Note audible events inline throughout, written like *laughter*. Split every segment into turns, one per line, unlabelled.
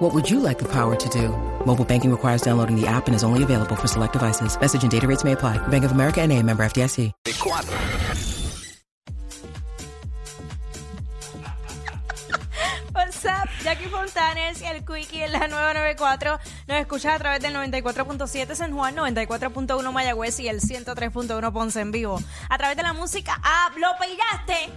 What would you like the power to do? Mobile banking requires downloading the app and is only available for select devices. Message and data rates may apply. Bank of America and a member FDIC.
de cuatro.
What's up, Jackie Fontanes y el Quickie en la 994. Nos escuchas a través del 94.7 San Juan, 94.1 Mayagüez y el 103.1 Ponce en vivo. A través de la música app, lo pillaste,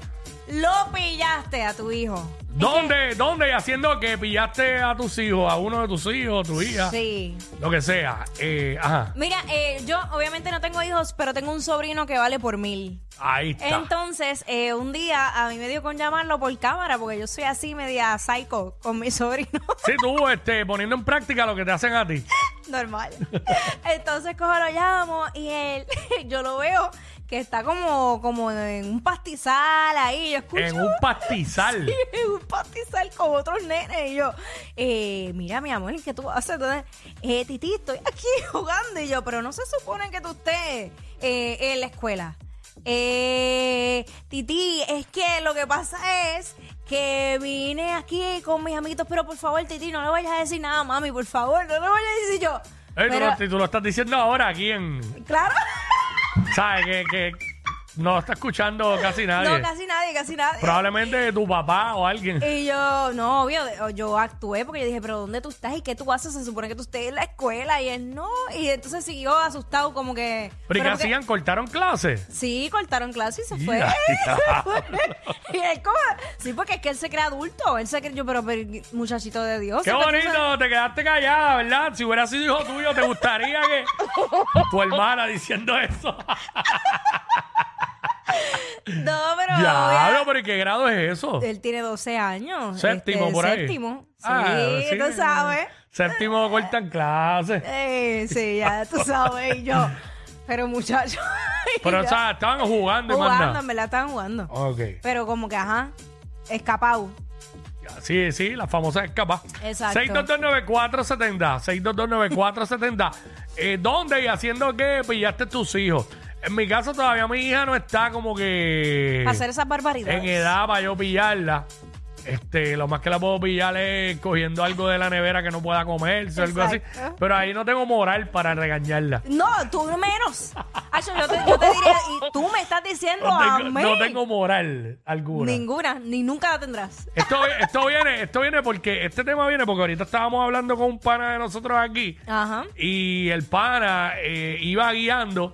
lo pillaste a tu hijo.
¿Dónde? ¿Dónde? Y haciendo que pillaste a tus hijos, a uno de tus hijos, tu hija,
Sí.
lo que sea. Eh, ajá.
Mira, eh, yo obviamente no tengo hijos, pero tengo un sobrino que vale por mil.
Ahí está.
Entonces, eh, un día a mí me dio con llamarlo por cámara, porque yo soy así media psycho con mi sobrino. *laughs*
sí, tú este, poniendo en práctica lo que te hacen a ti.
normal. *laughs* Entonces cojo, lo llamo y él, *laughs* yo lo veo que está como, como en un pastizal ahí, yo escucho.
En un pastizal.
en *laughs* un pastizal con otros nenes y yo, eh, mira mi amor, ¿qué tú haces? Entonces, eh, Titi, estoy aquí *laughs* jugando y yo, pero no se supone que tú estés eh, en la escuela. Eh, Titi, es que lo que pasa es que vine aquí con mis amiguitos, pero por favor, Titi, no le vayas a decir nada, mami, por favor, no le vayas a decir Y yo.
Ey, Eh, tú,
pero-
lo, tú lo estás diciendo ahora aquí en...
Claro. *laughs*
¿Sabes? Que, que no está escuchando casi nadie.
No, casi nadie, Eh, casi nadie.
Probablemente tu papá o alguien.
Y yo, no, obvio, de- o- yo actué porque yo dije, pero ¿dónde tú estás y qué tú haces? Se supone que tú estés en la escuela y él no. Y entonces siguió asustado como que...
¿Pero y qué
pero porque-
hacían? ¿Cortaron clases?
Sí, cortaron clase y se fue.
Ya,
*laughs*
ya.
Se fue. y él como... Sí, porque es que él se cree adulto. Él se cree... Yo, pero, pero, muchachito de Dios.
Qué
¿qué te pasa?
bonito, te quedaste callada, ¿verdad? Si hubiera sido hijo tuyo, te
*laughs*
gustaría que tu hermana diciendo eso.
No, pero...
Ya,
obvia-
no, pero ¿y qué grado es eso?
Él tiene 12 años.
Séptimo,
este,
por ahí.
Séptimo. Sí,
Ah,
tú sabes.
Séptimo cortan clases.
Eh, sí, ya tú sabes. Y yo... Pero muchacho... *laughs* y
Pero, o
yo-
sea, estaban jugando y más
Jugando, en
nada.
verdad estaban jugando.
Ok.
Pero como que, ajá, escapado.
Sí, sí, la famosa escapa.
Exacto.
6229470. 6229470. Eh, ¿Dónde y haciendo qué pillaste tus hijos? En mi caso, todavía mi hija no está como que.
Para hacer esas barbaridades.
en edad para yo pillarla. Este, lo más que la puedo pillar es cogiendo algo de la nevera que no pueda comerse o algo así.
Exacto.
Pero ahí no tengo moral para regañarla.
No, tú menos. Acho, yo, te, yo te diría, y tú me estás diciendo
*laughs* No
a
tengo,
mí.
no tengo moral alguna.
Ninguna, ni nunca la tendrás.
Esto, esto viene, esto viene porque, este tema viene porque ahorita estábamos hablando con un pana de nosotros aquí
Ajá.
y el pana eh, iba guiando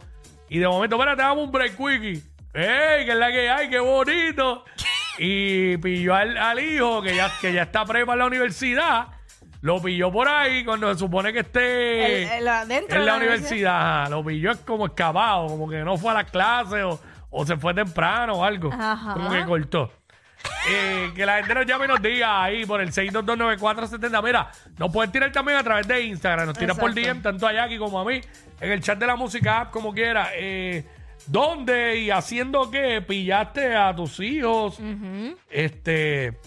y de momento, espérate, damos un break quickie. ¡Ey, qué es la que hay! ¡Qué
*laughs*
bonito! Y pilló al, al hijo que ya, que ya está prepa en la universidad. Lo pilló por ahí cuando se supone que esté
El- el- adentro
en
de
la
la
universidad. Ajá, Lo pilló como escapado, como que no fue a las clases o, o se fue temprano o algo.
Ajá.
Como que cortó. Eh, que la gente nos llame y nos diga ahí por el 6229470. Mira, nos pueden tirar también a través de Instagram. Nos tiran por
Exacto.
DM, tanto a Jackie como a mí. En el chat de la música app, como quiera. Eh, ¿Dónde y haciendo qué pillaste a tus hijos? Este.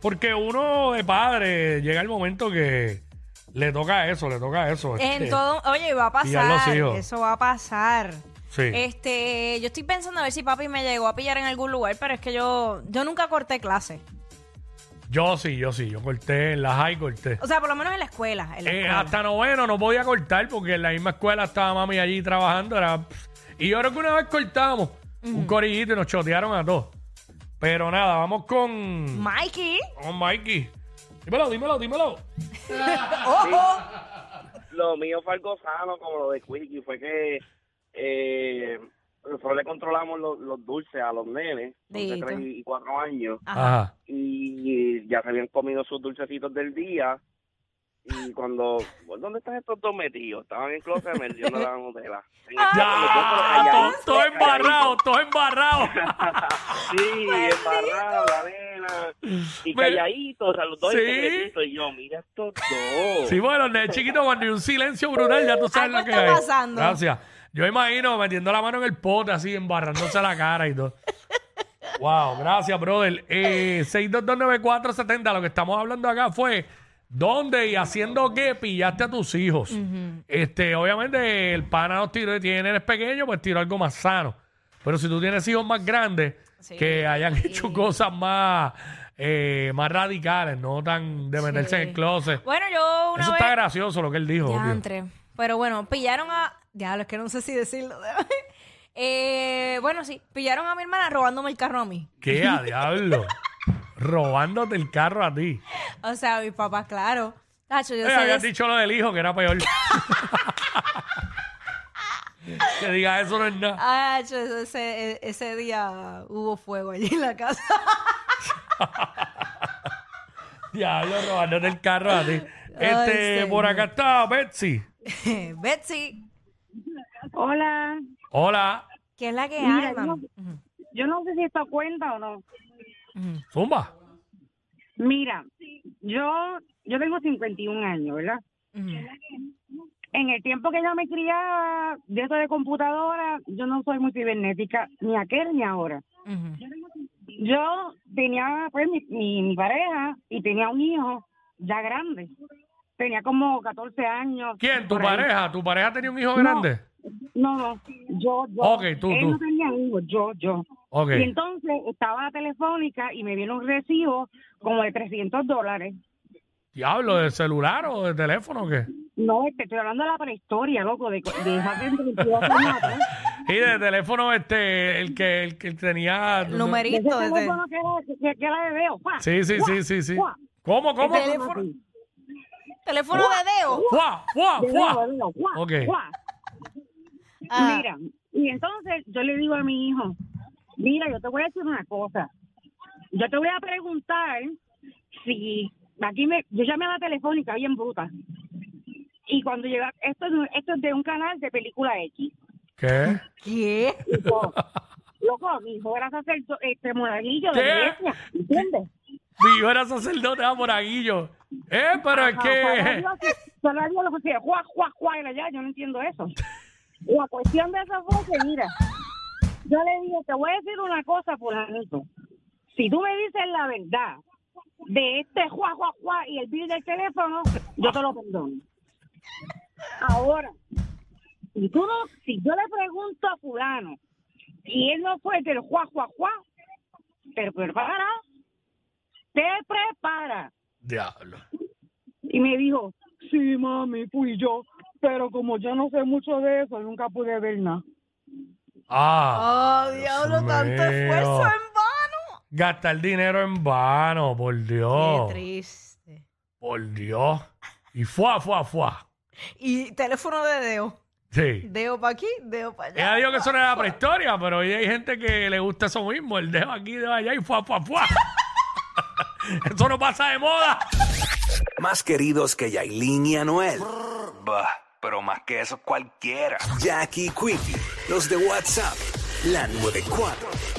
Porque uno de padre llega el momento que le toca eso, le toca eso.
En
este.
todo, oye, va a
Y a
pasar.
los hijos.
Eso va a pasar.
Sí.
Este, yo estoy pensando a ver si papi me llegó a pillar en algún lugar, pero es que yo, yo nunca corté clase.
Yo sí, yo sí. Yo corté en la high, corté.
O sea, por lo menos en la escuela. en la
Eh,
escuela.
hasta noveno no podía cortar porque en la misma escuela estaba mami allí trabajando. Era... Y yo creo que una vez cortamos un corillito y nos chotearon a todos. Pero nada, vamos con,
Mikey.
con Mikey. Dímelo, dímelo, dímelo.
¡Ojo!
lo mío fue algo sano como lo de Quickie, fue que eh, nosotros le controlamos los, los dulces a los nenes de
Dito.
3 y 4 años
Ajá.
y ya se habían comido sus dulcecitos del día y cuando "Pues, ¿dónde están estos dos metidos? estaban en el closet metiendo la Nutella En el closet,
Ya,
metiendo-
todo, todo Ah, embarrado, todo embarrado.
sí, embarrado la nena y
Mira.
calladitos o sea los dos
Sí.
secretitos. y yo mira estos dos
Sí, bueno, de chiquito cuando hay un silencio brutal ya tú sabes
Algo
lo que
está
hay.
pasando.
Gracias. Yo imagino metiendo la mano en el pote así, embarrándose la cara y todo. Wow, gracias, brother. Eh, 6229470, lo que estamos hablando acá fue dónde y haciendo qué pillaste a tus hijos. Este, obviamente, el pana los tiró, tiene eres pequeño, pues tiró algo más sano. Pero si tú tienes hijos más grandes,
Sí,
que hayan
sí.
hecho cosas más, eh, más radicales, no tan de meterse en el
Sí.
closet.
Bueno, yo una
Eso
vez.
está gracioso lo que él dijo. obvio.
Diantre. Pero bueno, pillaron a. Diablo, es que no sé si decirlo. *laughs* Eh, bueno, sí, pillaron a mi hermana robándome el carro a mí. *laughs*
¿Qué a diablo? Robándote el carro a ti.
O sea, mi papá, claro. Tacho, yo
Eh,
sé
habías
des-
dicho lo del hijo, que era peor. *laughs* que diga eso no es nada.
Tacho, ese, ese día hubo fuego allí en la casa. *laughs*
Diablo, robándote el carro a ti.
Ay,
Este,
señor.
por acá está Betsy.
Betsy,
Hola,
Hola.
¿qué es la que
Mira,
hay,
yo-
mami?
yo no sé si esto cuenta o no.
Ujú.
Zumba.
Mira, yo yo tengo 51 años, ¿verdad?
Ujú.
En el tiempo que yo me criaba, de eso de computadora, yo no soy muy cibernética, ni aquel ni ahora.
Ujú.
Yo tenía, pues, mi, mi, mi pareja y tenía un hijo ya grande. Tenía como 14 años.
¿Quién? ¿Tu
por ahí.
pareja? ¿Tu pareja tenía un hijo
No.
grande?
No, no, yo, yo.
Ok, tú,
Él
tú.
no tenía hijos, yo, yo.
Ok.
Y entonces estaba la telefónica y me vino un recibo como de 300 dólares.
Diablo, ¿de celular o de teléfono o qué?
No, te estoy hablando de la prehistoria, loco, de, de hace 32 años atrás.
Y de teléfono, este, el que, el que tenía.
De ese
Numerito desde.
teléfono que era, que, que era de Deo. ¡fua!
Sí, sí, sí, sí, sí.
¡Fua!
¿Cómo, cómo?
Este, El teléfono- Teléfono de Deo.
¡Fua! ¡Fua!
De
¡Fua!
Deo, de Deo, ¡fua!
Ok.
¡fua!
Ah.
Mira, y entonces yo le digo a mi hijo, mira, yo te voy a decir una cosa. Yo te voy a preguntar si aquí me, yo llamé a la telefónica bien bruta. Y cuando llega, esto, es de un- esto es de un canal de película X.
¿Qué?
Ah, ¿Qué?
Loco, loco, mi hijo era sacerdote, este monaguillo de
¿Qué?
iglesia, ¿entiendes?
Mi hijo era sacerdote a moraguillo. Eh, pero es
Ajá, para
que.
Dios, para Dios, lo que sea, juá, juá, juá, era ya, yo no entiendo eso. La cuestión de esa fue que, mira, yo le dije, te voy a decir una cosa, fulanito. Si tú me dices la verdad de este juá, juá, juá y el bill del teléfono, yo te lo perdono. Ahora, si, tú no, si yo le pregunto a fulano y él no fue del juá, juá, juá, te prepara, te prepara.
Diablo.
Y me dijo, sí, mami, fui yo, pero como yo no sé mucho de eso, nunca pude ver nada.
Ah.
Oh, diablo,
Dios
tanto
mío.
esfuerzo en vano.
Gastar dinero en vano, por Dios.
Qué triste.
Por Dios. Y fua, fua, fua.
Y teléfono de Deo.
Sí.
Deo para aquí, Deo para allá.
Ella dijo que eso no era prehistoria, pero hoy hay gente que le gusta eso mismo. El dedo aquí, dedo allá y fua,
*laughs*
fua, fua. eso no pasa de moda.
Más queridos que Yailin y Anuel. Bah, pero más que eso cualquiera. Jackie Quickie, los de WhatsApp, la 94.